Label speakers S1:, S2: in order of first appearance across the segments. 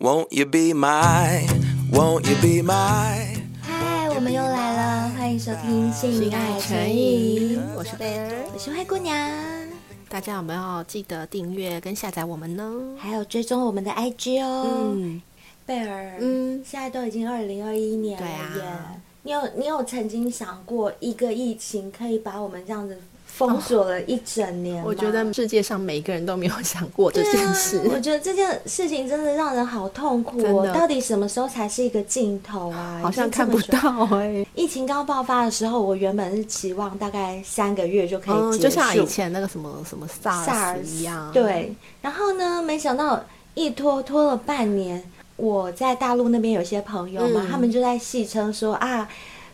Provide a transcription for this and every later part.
S1: Won't you be my? Won't you be my?
S2: 嗨，我们又来了，欢迎收听《性爱成瘾》，
S3: 我是贝儿。
S2: 我是灰姑娘，
S3: 大家有没有记得订阅跟下载我们呢？
S2: 还有追踪我们的 IG 哦。，贝尔，嗯，
S3: 嗯
S2: 现在都已经二零二一年了
S3: 对啊
S2: 耶。你有你有曾经想过一个疫情可以把我们这样子封锁了一整年吗、啊
S3: 我觉得世界上每一个人都没有想过这件事。
S2: 我觉得这件事情真的让人好痛苦
S3: 真
S2: 哦。
S3: 的
S2: 到底什么时候才是一个尽头啊？
S3: 好像
S2: 已经这
S3: 看
S2: 么
S3: 不
S2: 久。
S3: 到哎、
S2: 疫情刚爆发的时候，我原本是期望大概三个月就可以
S3: 嗯，
S2: 结束，
S3: 就像以前那个什么什么 SARS
S2: SARS
S3: 一样，，
S2: 对，然后呢，没想到一拖拖了半年，我在大陆那边有些朋友嘛，
S3: 嗯，
S2: 他们就在戏称说啊。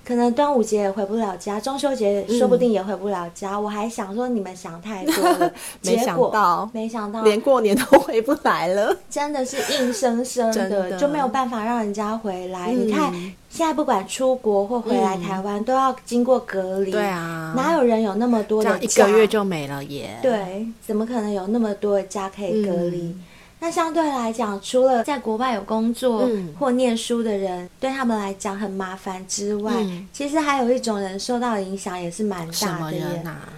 S2: 可能端午节也回不了家，中秋节说不定也回不了家。我还想说你们想太多了
S3: 没
S2: 结
S3: 想到
S2: 果没想到
S3: 连过年都回不来 了。
S2: 真的是硬生生
S3: 真
S2: 的
S3: 的
S2: 就没有办法让人家回来。
S3: 嗯
S2: 你看现在不管出国或回来
S3: 嗯
S2: 台湾，都要经过隔离，
S3: 对啊，
S2: 哪有人有那么多
S3: 这
S2: 的
S3: 样一
S2: 假
S3: 个月就没了耶？，
S2: 对，怎么可能有那么多的家可以隔离？
S3: 嗯
S2: 那相对来讲，除了在国外有工作
S3: 嗯
S2: 或念书的人，对他们来讲很麻烦之外，
S3: 嗯
S2: 其实还有一种人受到的影响也是蛮
S3: 什
S2: 大
S3: 么
S2: 的耶
S3: 人，啊？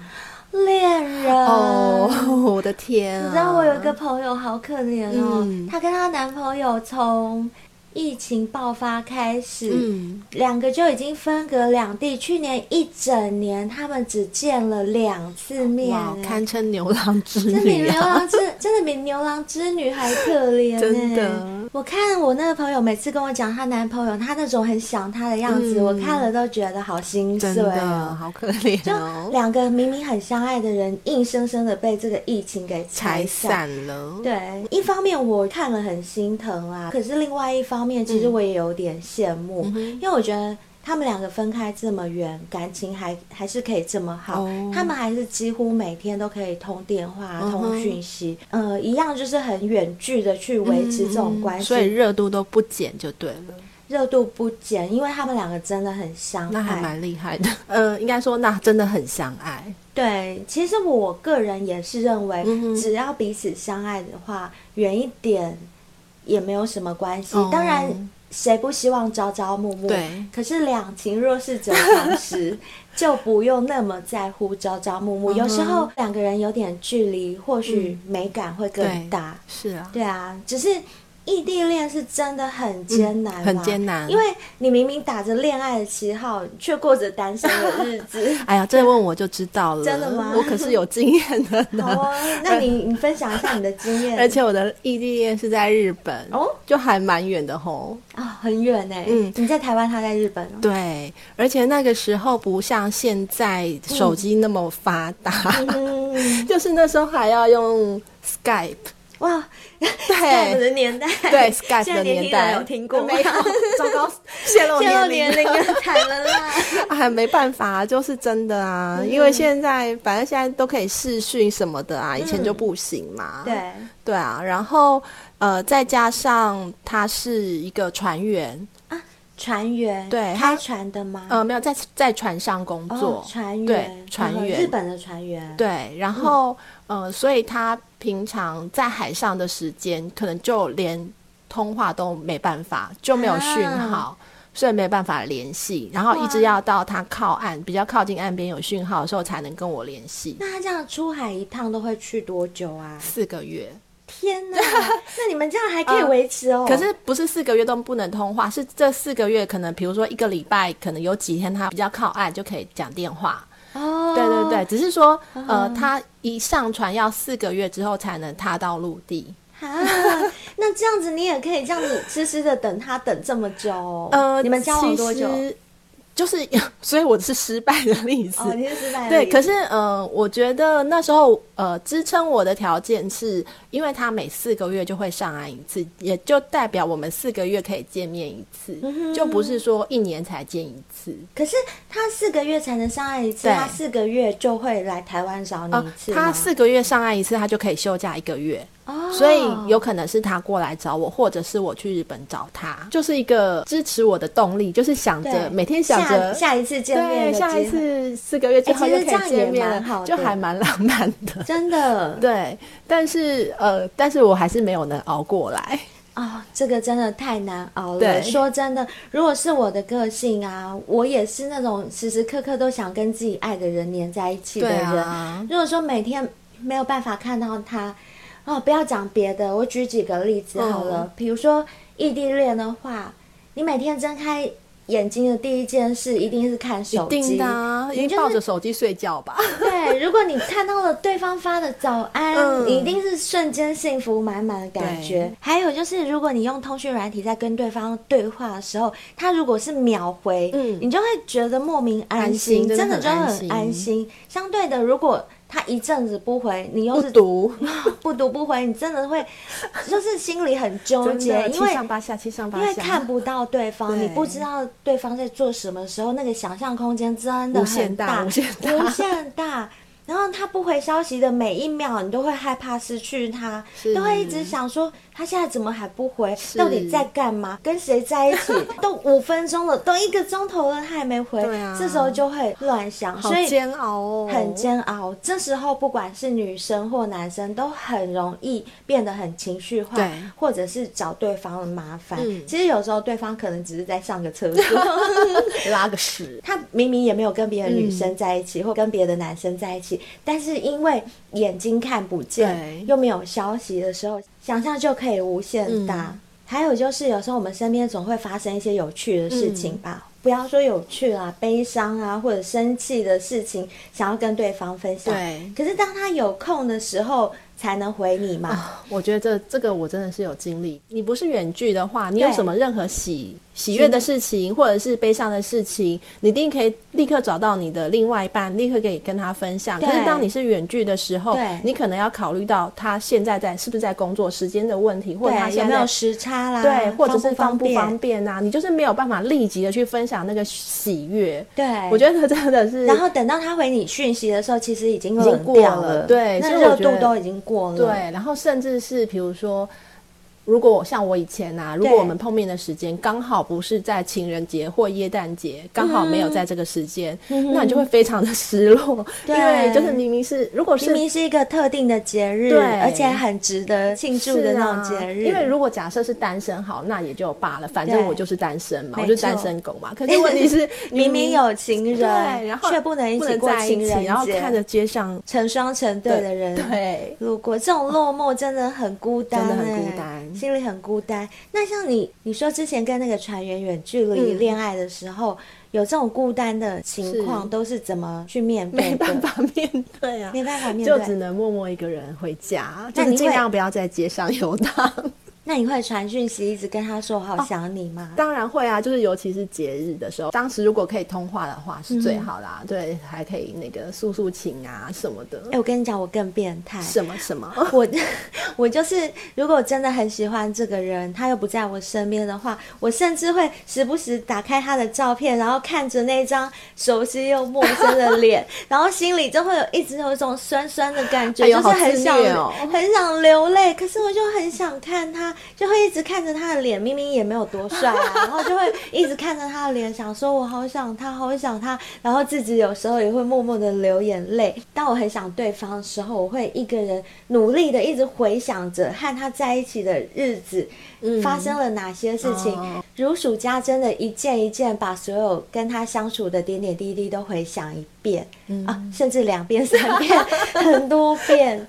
S2: 恋人。
S3: 哦，我的天、啊！
S2: 你知道我有一个朋友好可怜哦，
S3: 嗯
S2: 她跟她男朋友从疫情爆发开始，
S3: 嗯，
S2: 两个就已经分隔两地，去年一整年他们只见了两次面
S3: 哇，
S2: 哎，
S3: 堪称牛郎织
S2: 这比
S3: 女
S2: 牛
S3: 啊！
S2: 郎织真的比牛郎织女还可怜、欸，
S3: 真的。
S2: 我看我那个朋友每次跟我讲她男朋友，她那种很想她的样子，
S3: 嗯
S2: 我看了都觉得好心
S3: 真
S2: 碎
S3: 的
S2: 哦。
S3: 好可怜
S2: 就
S3: 哦，
S2: 两个明明很相爱的人，硬生生的被这个疫情给拆
S3: 拆
S2: 散。
S3: 散了。
S2: 对，一方面我看了很心疼啦，可是另外一方面，
S3: 嗯
S2: 其实我也有点羡慕，
S3: 嗯哼
S2: 因为我觉得他们两个分开这么远，感情还还是可以这么好，
S3: 哦
S2: 他们还是几乎每天都可以通电话、
S3: 嗯哼
S2: 通讯息，呃，一样就是很远距的去维持这种关系，
S3: 嗯所以热度都不减就对了，
S2: 热度不减，因为他们两个真的很相
S3: 那还
S2: 爱。
S3: 蛮厉害的。
S2: 嗯
S3: 呃，应该说那真的很相爱，
S2: 对，其实我个人也是认为，
S3: 嗯哼
S2: 只要彼此相爱的话，远一点也没有什么关系。
S3: 哦
S2: 当然，谁不希望朝朝暮暮？
S3: 对
S2: 可是两情若是久长时， 就不用那么在乎朝朝暮暮。
S3: 嗯哼嗯
S2: 有时候两个人有点距离，或许美感会更大。
S3: 是啊，
S2: 对啊，只是异地恋是真的很艰难、
S3: 嗯很艰难
S2: 因为你明明打着恋爱的旗号，却过着单身的日子。
S3: 哎呀，这问我就知道了。
S2: 真的吗
S3: 我可是有经验的呢。
S2: 好哦，那你你分享一下你的经验。
S3: 而且我的异地恋是在日本，
S2: 哦
S3: 就还蛮远的吼。
S2: 啊、很远呢。
S3: 嗯
S2: 你在台湾，他在日本哦。
S3: 对，而且那个时候不像现在手机那么发达，
S2: 嗯，
S3: 就是那时候还要用 Skype，
S2: 哇， 在我们
S3: 对
S2: 的年代，
S3: 对 Skype
S2: 现
S3: 的
S2: 在年
S3: 年
S2: 轻人
S3: 代
S2: 有听过吗
S3: 没有？糟糕，泄露
S2: 泄露
S3: 年
S2: 年
S3: 龄
S2: 龄
S3: 了。
S2: 了，惨了啦！
S3: 啊，没办法，就是真的
S2: 嗯
S3: 啊，因为现在反正现在都可以视讯什么的啊，以前就不行嘛。
S2: 嗯对，
S3: 对啊，然后呃，再加上他是一个船员，
S2: 船员，
S3: 对
S2: 开
S3: 他
S2: 船的吗？
S3: 呃，没有在在船上工作，
S2: 嗯哦，船
S3: 对
S2: 员，
S3: 船
S2: 嗯
S3: 员
S2: 日本的船员，，
S3: 对，然后、呃，所以他平常在海上的时间，可能就连通话都没办法，就没有讯
S2: 啊
S3: 号。所以没办法联系，然后一直
S2: 哇
S3: 要到他靠岸，比较靠近岸边有讯号的时候，才能跟我联系。
S2: 那他这样出海一趟都会去多久 啊？
S3: 四个月，
S2: 天 哪，那你们这样还可以维持哦？
S3: 嗯可是不是四个月都不能通话，是这四个月可能，比如说一个礼拜，可能有几天他比较靠岸就可以讲电话。
S2: 哦，嗯
S3: 对对对，，只是说呃，他一上船要四个月之后才能踏到陆地。
S2: 啊，那这样子你也可以这样子痴痴的等他等这么久、哦。
S3: 呃，
S2: 你们交往多久？
S3: 其实就是 所以我是失败的例子。
S2: 哦，你是失败的
S3: 对，
S2: 例
S3: 可
S2: 子
S3: 是呃，我觉得那时候呃，支撑我的条件是因为他每四个月就会上岸一次，也就代表我们四个月可以见面一次，
S2: 嗯
S3: 就不是说一年才见一次。
S2: 可是他四个月才能上岸一次，
S3: 对
S2: 他四个月就会来台湾找你
S3: 呃
S2: 一次、嗯吗
S3: 他四个月上岸一次，他就可以休假一个月，
S2: 哦，
S3: 所以有可能是他过来找我，或者是我去日本找他，就是一个支持我的动力，就是想
S2: 对
S3: 着每天想着
S2: 下下一次见面
S3: 对，
S2: 的
S3: 下一
S2: 机会
S3: 次四个月之后
S2: 哎
S3: 就
S2: 其
S3: 可
S2: 实
S3: 以见面
S2: 这样也蛮好
S3: 了，
S2: 的
S3: 就还蛮浪漫的。
S2: 真的
S3: 对，但是呃，但是我还是没有能熬过来。
S2: 哦，这个真的太难熬了。
S3: 对
S2: 说真的，如果是我的个性啊，我也是那种时时刻刻都想跟自己爱的人黏在一起的
S3: 对
S2: 人。
S3: 啊
S2: 如果说每天没有办法看到他，哦，不要讲别的，我举几个例子好了。
S3: 嗯
S2: 比如说异地恋的话，你每天睁开眼睛的第一件事一定是看
S3: 一
S2: 手机，
S3: 定的、啊，
S2: 你
S3: 一定
S2: 就
S3: 抱
S2: 是
S3: 着手机睡觉吧。
S2: 对，如果你看到了对方发的早安，
S3: 嗯
S2: 你一定是瞬间幸福满满的感觉
S3: 对。
S2: 还有就是，如果你用通讯软体在跟对方对话的时候，他如果是秒回，
S3: 嗯
S2: 你就会觉得莫名安心，
S3: 安心
S2: 真
S3: 真
S2: 的
S3: 的
S2: 就
S3: 很
S2: 很安
S3: 安
S2: 心。相对的，如果他一阵子不回，你又
S3: 不
S2: 是
S3: 读，
S2: 不读不回，你真的会就是心里很纠
S3: 真
S2: 结，
S3: 的
S2: 因
S3: 七
S2: 为
S3: 上八下，七上八
S2: 因为
S3: 下，
S2: 看不到对方，
S3: 对
S2: 你不知道对方在做什么时候，那个想象空间真的
S3: 无
S2: 很
S3: 限大
S2: 大，
S3: 无限大
S2: 无限大然后他不回消息的每一秒，你都会害怕失去他，
S3: 是
S2: 都会一直想说他现在怎么还不回，
S3: 是
S2: 到底在干嘛，跟谁在一起？都五分钟了，都一个钟头了，他还没回，
S3: 对啊
S2: 这时候就会乱想，
S3: 好
S2: 所以
S3: 煎熬哦，
S2: 很煎熬。这时候不管是女生或男生，都很容易变得很情绪化
S3: 对，
S2: 或者是找对方的麻烦。
S3: 嗯
S2: 其实有时候对方可能只是在上个 厕所。
S3: 拉个屎。
S2: 他明明也没有跟别的女生在一
S3: 嗯
S2: 起，或跟别的男生在一起，但是因为眼睛看不见
S3: 对，
S2: 又没有消息的时候，想象就可以无限大。
S3: 嗯
S2: 还有就是，有时候我们身边总会发生一些有趣的事情吧，
S3: 嗯
S2: 不要说有趣啦、悲伤啊或者生气的事情，想要跟对方分享。
S3: 对
S2: 可是当他有空的时候，才能回你嘛。
S3: 啊我觉得这这个我真的是有经历。你不是远距的话，你有
S2: 对
S3: 什么任何喜喜悦的事情，或者是悲伤的事情，你一定可以立刻找到你的另外一半，立刻可以跟他分享。可
S2: 对
S3: 是当你是远距的时候
S2: 对，
S3: 你可能要考虑到他现在在是不是在工作时间的问题，或者他
S2: 对，有
S3: 现在
S2: 没有
S3: 在
S2: 时差啦？
S3: 对，或者是
S2: 方
S3: 方
S2: 不
S3: 不
S2: 方
S3: 方便啊，你就是没有办法立即的去分享那个喜悦。
S2: 对，
S3: 我觉得真的是，
S2: 然后等到他回你讯息的时候，其实已经
S3: 已经
S2: 冷
S3: 过
S2: 掉
S3: 了
S2: 了，
S3: 对
S2: 那
S3: 所以我
S2: 热
S3: 觉
S2: 度
S3: 得
S2: 都已经过了，
S3: 对，然后甚至是比如说，如果像我以前啊，如果我们碰面的时间刚好不是在情人节或耶诞节，刚好没有在这个时间，那你就会非常的失落，
S2: 嗯对
S3: 因为就是明明是如果是
S2: 明明是一个特定的节日，
S3: 对
S2: 而且很值得庆祝的
S3: 是
S2: 那
S3: 啊
S2: 种节日，
S3: 因为如果假设是单身好，那也就罢了，反正
S2: 对
S3: 我就是单身嘛，
S2: 没
S3: 我就是
S2: 错
S3: 单身狗嘛。可是问题是
S2: 明明有 情人，
S3: 对，然后
S2: 却不能一
S3: 不
S2: 起过
S3: 在一
S2: 情
S3: 起
S2: 人节，
S3: 然后看着街上
S2: 成双成对的人，
S3: 对。
S2: 路过这种落寞真的很孤单、欸，
S3: 真的很孤单
S2: 心里很孤单。那像你，你说之前跟那个船员远距离
S3: 嗯
S2: 恋爱的时候，有这种孤单的情
S3: 是
S2: 况，都是怎么去面对
S3: 没
S2: 的？
S3: 办法面对啊，
S2: 没办法面
S3: 就
S2: 对
S3: 只能默默一个人回家，
S2: 那
S3: 就
S2: 你
S3: 是
S2: 会
S3: 尽量不要在街上游荡。
S2: 那你会传讯息一直跟他说我
S3: 哦
S2: 好想你吗？
S3: 当然会啊，就是尤其是节日的时候，当时如果可以通话的话是最好啦，对，还可以那个诉诉情啊什么的
S2: 哎、，我跟你讲，我更变态。
S3: 什么什么，
S2: 我 我就是，如果我真的很喜欢这个人，他又不在我身边的话，我甚至会时不时打开他的照片，然后看着那张熟悉又陌生的 脸，然后心里就会有一直有一种酸酸的感觉，
S3: 哎呦
S2: 就是
S3: 好
S2: 很
S3: 自
S2: 想、
S3: 虐哦
S2: 很想流泪，可是我就很想看他，就会一直看着他的脸，明明也没有多帅啊，然后就会一直看着他的脸，想说我好想他，好想他，然后自己有时候也会默默的流眼泪。当我很想对方的时候，我会一个人努力的一直回想着和他在一起的日子，
S3: 嗯
S2: 发生了哪些事情，
S3: 哦
S2: 如数家珍的一件一件把所有跟他相处的点点滴滴都回想一遍、
S3: 嗯
S2: 啊，甚至两遍、三遍， 很多遍。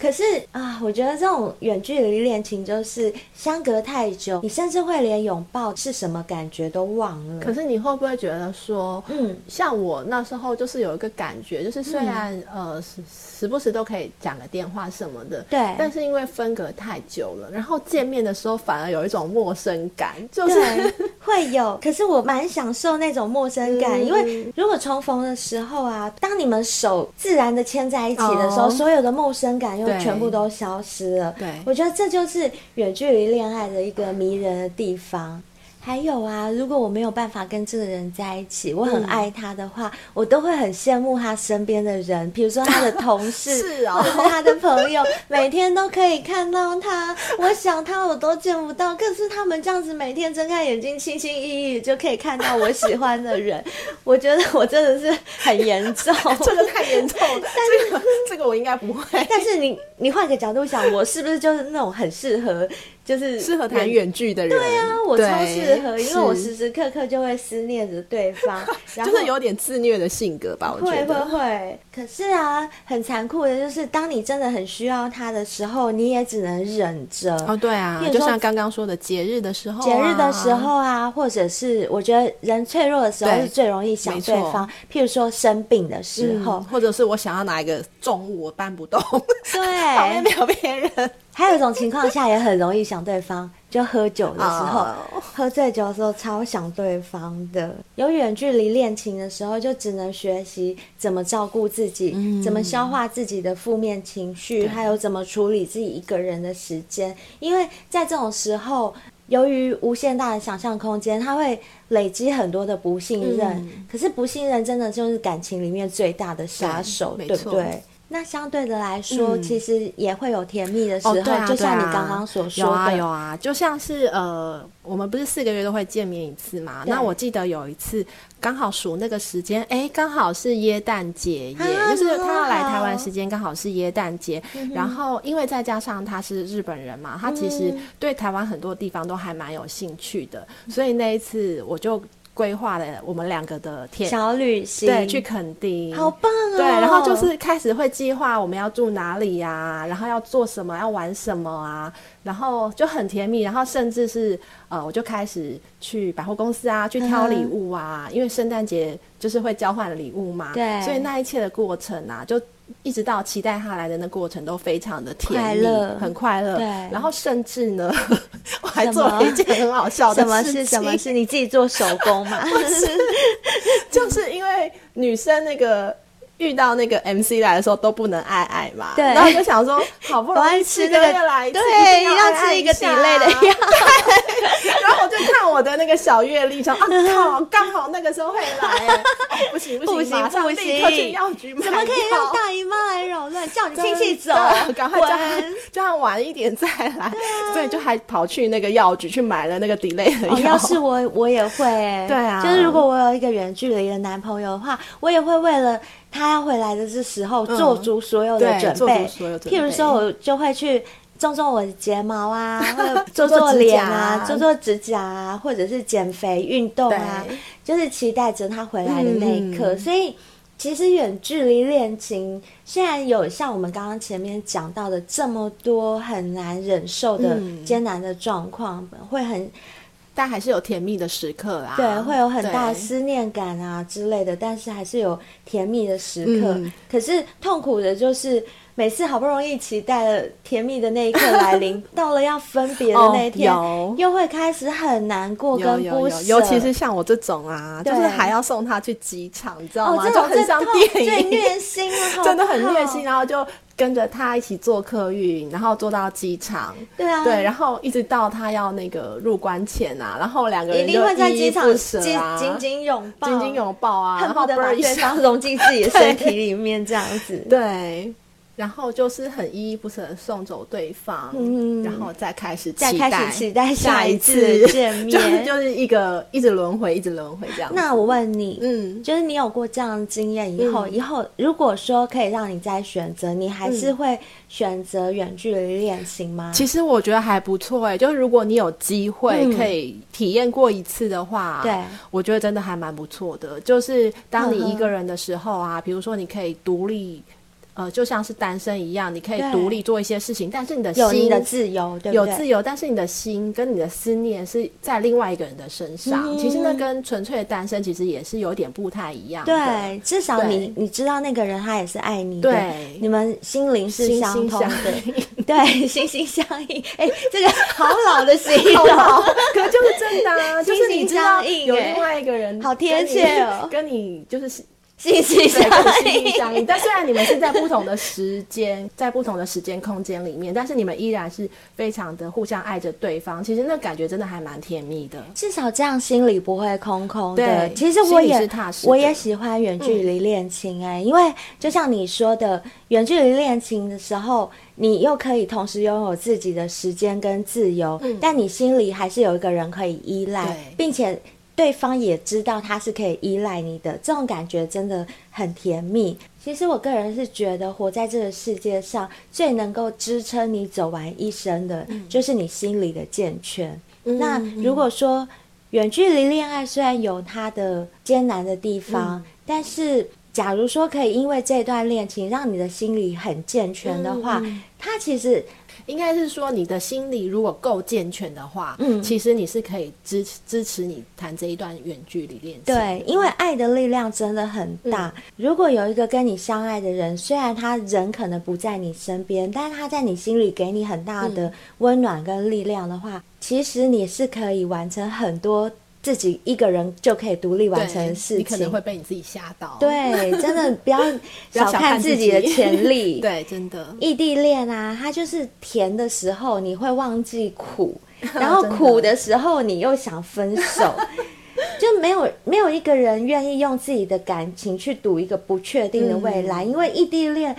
S2: 可是啊，我觉得这种远距离恋情就是相隔太久，你甚至会连拥抱是什么感觉都忘了。
S3: 可是你会不会觉得说，
S2: 嗯
S3: 像我那时候就是有一个感觉，就是虽然、呃时时不时都可以讲个电话什么的，
S2: 对
S3: 但是因为分隔太久了，然后见面的时候反而有一种陌生感，就是
S2: 对，会有。 可是我蛮享受那种陌生感，
S3: 嗯
S2: 因为如果重逢的时候啊，当你们手自然的牵在一起的时候，
S3: 哦
S2: 所有的陌生感又
S3: 对
S2: 全部都消失了。
S3: 对
S2: 我觉得这就是远距离恋爱的一个迷人的地方。还有啊，如果我没有办法跟这个人在一起，我很
S3: 嗯
S2: 爱他的话，我都会很羡慕他身边的人，比如说他的同事，
S3: 是哦
S2: 或 者是他的朋友，每天都可以看到他。我想他我都见不到，可是他们这样子每天睁开眼睛，轻轻易易就可以看到我喜欢的人。我觉得我真的是很严 重。
S3: 这个太严重 了，这个这个我应该不会。
S2: 但是你你换个角度想，我是不是就是那种很适合就是
S3: 适合谈远距的人。对
S2: 啊，我超适合，因为我
S3: 是
S2: 时时刻刻就会思念着对 方，然后
S3: 就是有点自虐的性格吧，我觉
S2: 会会
S3: 得。
S2: 会。可是啊，很残酷的就是，当你真的很需要他的时候，你也只能忍着。
S3: 哦，对啊
S2: 譬，如
S3: 就
S2: 说
S3: 像刚刚说的，节日的时候啊，
S2: 节日的时候啊，或者是我觉得人脆弱的时候
S3: 对
S2: 是最容易想
S3: 没错
S2: 对方，譬如说生病的时
S3: 嗯，
S2: 候，
S3: 或者是我想要拿一个重物，我搬不动， 旁边没
S2: 对。
S3: 有别人，
S2: 还有一种情况下也很容易想对方，就喝酒的时候
S3: 哦，
S2: 喝醉酒的时候超想对方的。有远距离恋情的时候，就只能学习怎么照顾自己，
S3: 嗯
S2: 怎么消化自己的负面情绪，还有怎么处理自己一个人的时间。因为在这种时候，由于无限大的想象空间，它会累积很多的不信任。
S3: 嗯
S2: 可是不信任真的就是感情里面最大的杀手，对
S3: 对没
S2: 不
S3: 错
S2: 对？那相对的来说，
S3: 嗯
S2: 其实也会有甜蜜的时候，
S3: 哦，对啊，
S2: 就像你
S3: 对啊
S2: 刚刚所说
S3: 有
S2: 的，
S3: 啊有啊，就像是呃，我们不是四个月都会见面一次嘛？
S2: 对
S3: 那我记得有一次刚好数那个时间，哎，刚好是耶诞节耶，
S2: 啊嗯
S3: 就是
S2: 很
S3: 他要来
S2: 好
S3: 台湾时间刚好是耶诞节，然后因为再加上他是日本人嘛，他其
S2: 嗯
S3: 实对台湾很多地方都还蛮有兴趣的，所以那一次我就规划了我们两个的天。
S2: 小旅行，
S3: 对，去垦丁，
S2: 好棒哦！
S3: 对，然后就是开始会计划我们要住哪里呀、然后要做什么，要玩什么啊，然后就很甜蜜，然后甚至是呃，我就开始去百货公司啊，去挑礼物啊，
S2: 嗯
S3: 因为圣诞节就是会交换礼物嘛，
S2: 对
S3: 所以那一切的过程啊，就。一直到期待他来的那过程都非常的甜蜜，
S2: 快乐
S3: 很快乐。
S2: 对
S3: 然后甚至呢， 我还
S2: 什
S3: 做了
S2: 么
S3: 一件很好笑的
S2: 什么
S3: 事
S2: 是
S3: 情。
S2: 什么是你自己做手工 嘛？
S3: 就是因为女生那个遇到那个 MC 来的时候都不能爱爱嘛，
S2: 对
S3: 然后就想 说好不容易四个月来一次，
S2: 对，
S3: 定
S2: 要
S3: 爱爱
S2: 吃一个底
S3: 下
S2: 类 的药，
S3: 然后我就看我的那个小阅历，想啊 靠，刚好那个时候会来欸，哦不行不行，
S2: 不行
S3: 马上
S2: 不
S3: 立刻去
S2: 行
S3: 药 局买
S2: 怎么可以让
S3: 药
S2: 大姨妈来扰乱？叫你亲戚走
S3: 真的， 赶快叫他
S2: 滚！
S3: 叫他啊晚一点再来，所以就还跑去那个药局去买了那个 delay 的 药。
S2: 啊哦，要是我我也会、欸，
S3: 对啊
S2: 就是如果我有一个远距离的男朋友的话，我也会为了他要回来的这时候
S3: 嗯
S2: 做足所有的
S3: 对
S2: 准
S3: 做
S2: 备，
S3: 足所有准备
S2: 譬如说我就会去。种种我的睫毛 啊，或者做
S3: 做
S2: 做
S3: 指
S2: 脸
S3: 甲
S2: 啊，做做指甲啊，或者是减肥运动啊
S3: 对，
S2: 就是期待着他回来的那一刻。
S3: 嗯
S2: 所以，其实远距离恋情虽然有像我们刚刚前面讲到的这么多很难忍受的
S3: 嗯
S2: 艰难的状况，会很
S3: 但还是有甜蜜的时刻啦，
S2: 对，会有很大的
S3: 对
S2: 思念感啊之类的，但是还是有甜蜜的时刻。
S3: 嗯
S2: 可是痛苦的就是每次好不容易期待了甜蜜的那一刻来 临，到了要分别的那一天，
S3: 哦有
S2: 又会开始很难过
S3: 有
S2: 跟
S3: 有
S2: 不
S3: 有，
S2: 舍。
S3: 尤其是像我这种啊，就
S2: 对
S3: 是还要送他去机场，你知道
S2: 哦，
S3: 吗？
S2: 这
S3: 就
S2: 种
S3: 很
S2: 最
S3: 像
S2: 痛
S3: 电
S2: 最
S3: 影，
S2: 虐心啊，好
S3: 真的很
S2: 不好
S3: 虐心。。然后就跟着他一起坐客运，然后坐到机场。
S2: 对啊，
S3: 对，然后一直到他要那个入关前啊，然后两个
S2: 一
S3: 人
S2: 定
S3: 就
S2: 会在
S3: 依
S2: 机
S3: 依
S2: 场
S3: 不舍
S2: 紧
S3: 啊，
S2: 紧紧拥抱，
S3: 紧紧拥抱啊，
S2: 恨
S3: 然后
S2: 不得把
S3: 啵一
S2: 对
S3: 下
S2: 方融进自己的
S3: 对
S2: 身体里面，这样子。
S3: 对，然后就是很依依不舍地送走对方，
S2: 嗯
S3: 然后再开始
S2: 再
S3: 期
S2: 开
S3: 待
S2: 始期待
S3: 下
S2: 下一
S3: 次
S2: 次见面
S3: 就是就是一个一直轮回，一直轮回这样子。
S2: 那我问你，
S3: 嗯，
S2: 就是你有过这样的经验以后，
S3: 嗯
S2: 以后如果说可以让你再选择，你还是会选择远距离恋情吗？
S3: 其实我觉得还不错哎，就是如果你有机会
S2: 嗯
S3: 可以体验过一次的话，
S2: 对，
S3: 我觉得真的还蛮不错的。就是当
S2: 嗯
S3: 你
S2: 哼
S3: 一个人的时候
S2: 嗯
S3: 啊，比如说你可以独立，呃，就像是单身一样，你可以
S2: 对
S3: 独立做一些事情，但是你的
S2: 有
S3: 心
S2: 你的自由，对不
S3: 有
S2: 对？
S3: 自由，但是你的心跟你的思念是在另外一个人的身上。
S2: 嗯
S3: 其实那跟纯粹的单身其实也是有点不太一样的。
S2: 对，至少
S3: 对
S2: 你你知道那个人他也是爱你的，
S3: 对
S2: 你们心灵是
S3: 心
S2: 相
S3: 心
S2: 通
S3: 相
S2: 的，
S3: 印
S2: 对， 心心相印。哎，这个好老的形容，
S3: 好 可就是真的啊，就
S2: 心
S3: 是你知道
S2: 心相印
S3: 有
S2: 欸
S3: 另外一个人，
S2: 好贴切哦
S3: 跟你就是
S2: 心心相
S3: 对，跟你心
S2: 印
S3: 意。相印。但虽然你们是在不同的时间，在不同的时间空间里面，但是你们依然是非常的互相爱着对方。其实那感觉真的还蛮甜蜜的。
S2: 至少这样心里不会空空的。
S3: 对
S2: 其实我
S3: 心里是
S2: 也
S3: 踏实的
S2: 我也喜欢远距离恋情哎、因为就像你说的，远距离恋情的时候，你又可以同时拥有自己的时间跟自由，
S3: 嗯
S2: 但你心里还是有一个人可以依赖
S3: 对，
S2: 并且。对方也知道他是可以依赖你的，这种感觉真的很甜蜜。其实我个人是觉得，活在这个世界上最能够支撑你走完一生的，
S3: 嗯
S2: 就是你心里的健全。那如果说远距离恋爱虽然有它的艰难的地
S3: 嗯
S2: 方，但是假如说可以因为这段恋情让你的心理很健全的话，
S3: 嗯
S2: 它其实
S3: 应该是说你的心理如果够健全的话，
S2: 嗯
S3: 其实你是可以支支持你谈这一段远距离恋情。
S2: 对，，因为爱的力量真的很大。
S3: 嗯
S2: 如果有一个跟你相爱的人，虽然他人可能不在你身边，但是他在你心里给你很大
S3: 嗯
S2: 的温暖跟力量的话，其实你是可以完成很多自己一个人就可以独立完成的
S3: 对，
S2: 事
S3: 你可能
S2: 情
S3: 会。被你自己吓到。，
S2: 对，真的不要
S3: 不要
S2: 小
S3: 小
S2: 看
S3: 看
S2: 自
S3: 自
S2: 己
S3: 己
S2: 的潜力。
S3: 对，真的。
S2: 异地恋啊，它就是甜的时候你会忘记苦，然后
S3: 真的
S2: 苦的时候你又想分手， 就没有没有一个人愿意用自己的感情去赌一个不确定的未来，因为异地恋。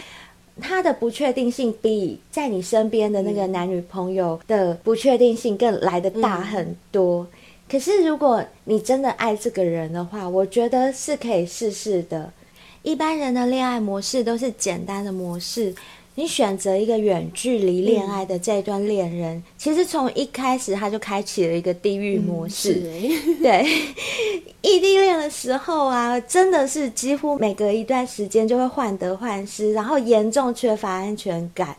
S2: 它的不确定性比在你身边的那个男女朋友的不确定性更来的大很多。可是如果你真的爱这个人的话，我觉得是可以试试的。一般人的恋爱模式都是简单的模式。你选择一个远距离恋爱的这一段恋人，其实从一开始他就开启了一个地狱模式。
S3: 嗯是欸
S2: 对，异地恋的时候啊，真的是几乎每隔一段时间就会患得患失，然后严重缺乏安全感，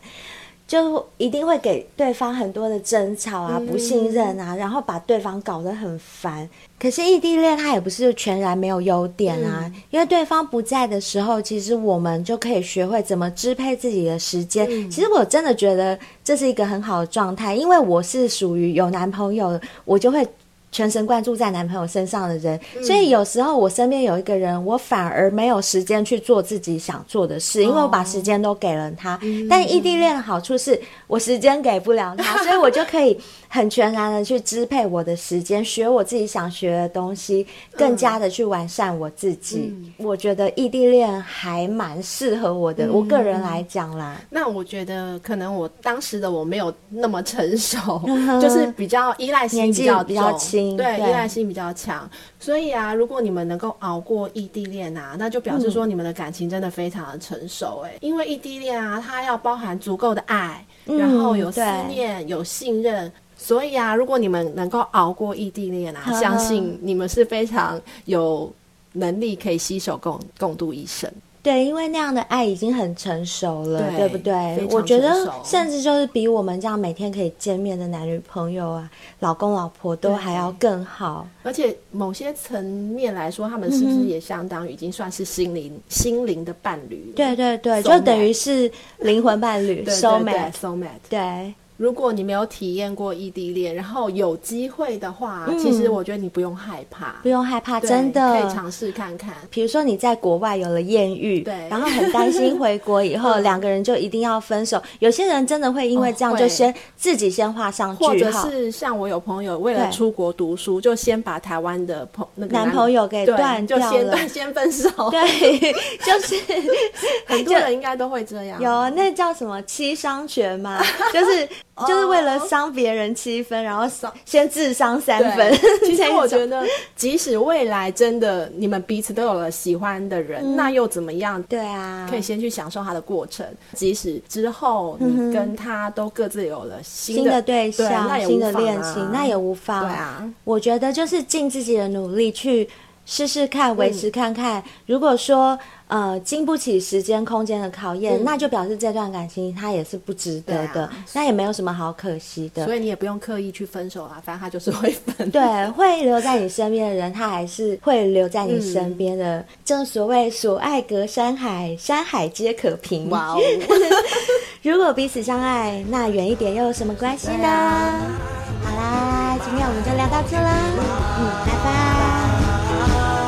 S2: 就一定会给对方很多的争吵啊、不信任啊，然后把对方搞得很烦。可是异地恋它也不是全然没有优点啊，因为对方不在的时候，其实我们就可以学会怎么支配自己的时间。其实我真的觉得这是一个很好的状态，因为我是属于有男朋友，我就会。全神贯注在男朋友身上的人，所以有时候我身边有一个人，我反而没有时间去做自己想做的事，因为我把时间都给了他。但异地恋的好处是我时间给不了他，所以我就可以很全然的去支配我的时间，学我自己想学的东西，更加的去完善我自己。我觉得异地恋还蛮适合我的，我个人来讲啦。
S3: 那我觉得可能我当时的我没有那么成熟， 就是比较依赖
S2: 嗯年
S3: 心
S2: 纪
S3: 比较重
S2: 比较轻
S3: 对，
S2: 对
S3: 依赖性比较强。所以啊，如果你们能够熬过异地恋啊，那就表
S2: 嗯
S3: 示说你们的感情真的非常的成熟、哎、因为异地恋啊，它要包含足够的爱，然后有思
S2: 嗯对
S3: 念，有信任。所以啊，如果你们能够熬过异地恋啊，
S2: 呵呵
S3: 相信你们是非常有能力可以携手共共度一生。
S2: 对，因为那样的爱已经很成熟了，对
S3: 对
S2: 不对
S3: 非？常
S2: 我觉得
S3: 成熟
S2: 甚至就是比我们这样每天可以见面的男女朋友啊、老公老婆都
S3: 对
S2: 还要更好。
S3: 而且某些层面来说，他们是不是也相当于已经算是心灵、心灵的伴侣？
S2: 嗯对对对，
S3: Soulmate
S2: 就等于是灵魂伴侣
S3: 对
S2: s o u l
S3: 对
S2: m a
S3: 对
S2: t e
S3: ，soul mate。
S2: 对，
S3: 如果你没有体验过异地恋，然后有机会的话，
S2: 嗯
S3: 其实我觉得你不用害怕，
S2: 不用害怕，
S3: 对
S2: 真
S3: 可以
S2: 的。
S3: 尝试看看。
S2: 比如说你在国外有了艳遇，
S3: 对嗯
S2: 然后很担心回国以 后两个人就一定要分手。有些人真的会因为
S3: 哦
S2: 这样
S3: 会
S2: 就先自己先画上
S3: 或
S2: 句
S3: 者
S2: 号，
S3: 是像我有朋友为了
S2: 对
S3: 出国读书，就先把台湾的朋那个
S2: 男朋友给
S3: 对
S2: 断
S3: 就
S2: 掉
S3: 先
S2: 了
S3: 先分手。
S2: 对， 就是
S3: 很多人应该都会这样。
S2: 有那叫什么七伤拳嘛， 就是
S3: 哦
S2: 就是为了伤别人七分，然后伤先自伤三分
S3: 对，其实
S2: 这一
S3: 我
S2: 种
S3: 觉得，即使未来真的你们彼此都有了喜欢的人，那又怎么样？
S2: 嗯对啊，
S3: 可以先去享受他的过程，即使之后你跟他都各自有了新
S2: 新的
S3: 的
S2: 对象、
S3: 那也
S2: 新
S3: 无
S2: 的
S3: 妨啊
S2: 恋情，那也无妨。
S3: 对啊，
S2: 我觉得就是尽自己的努力去试试看，维持看看。
S3: 嗯
S2: 如果说呃经不起时间空间的考验，那就表示这段感情它也是不值得
S3: 嗯对
S2: 的，
S3: 啊
S2: 那也没有什么好可惜的。
S3: 所以你也不用刻意去分手啊，反正他就是会 分。
S2: 对，会留在你身边的人，他还是会留在你身边的。正所谓“所爱隔山海，山海皆可平”。
S3: 哇哦，
S2: 如果彼此相爱，那远一点又有什么关系呢？好啦，今天我们就聊到这啦，嗯，拜拜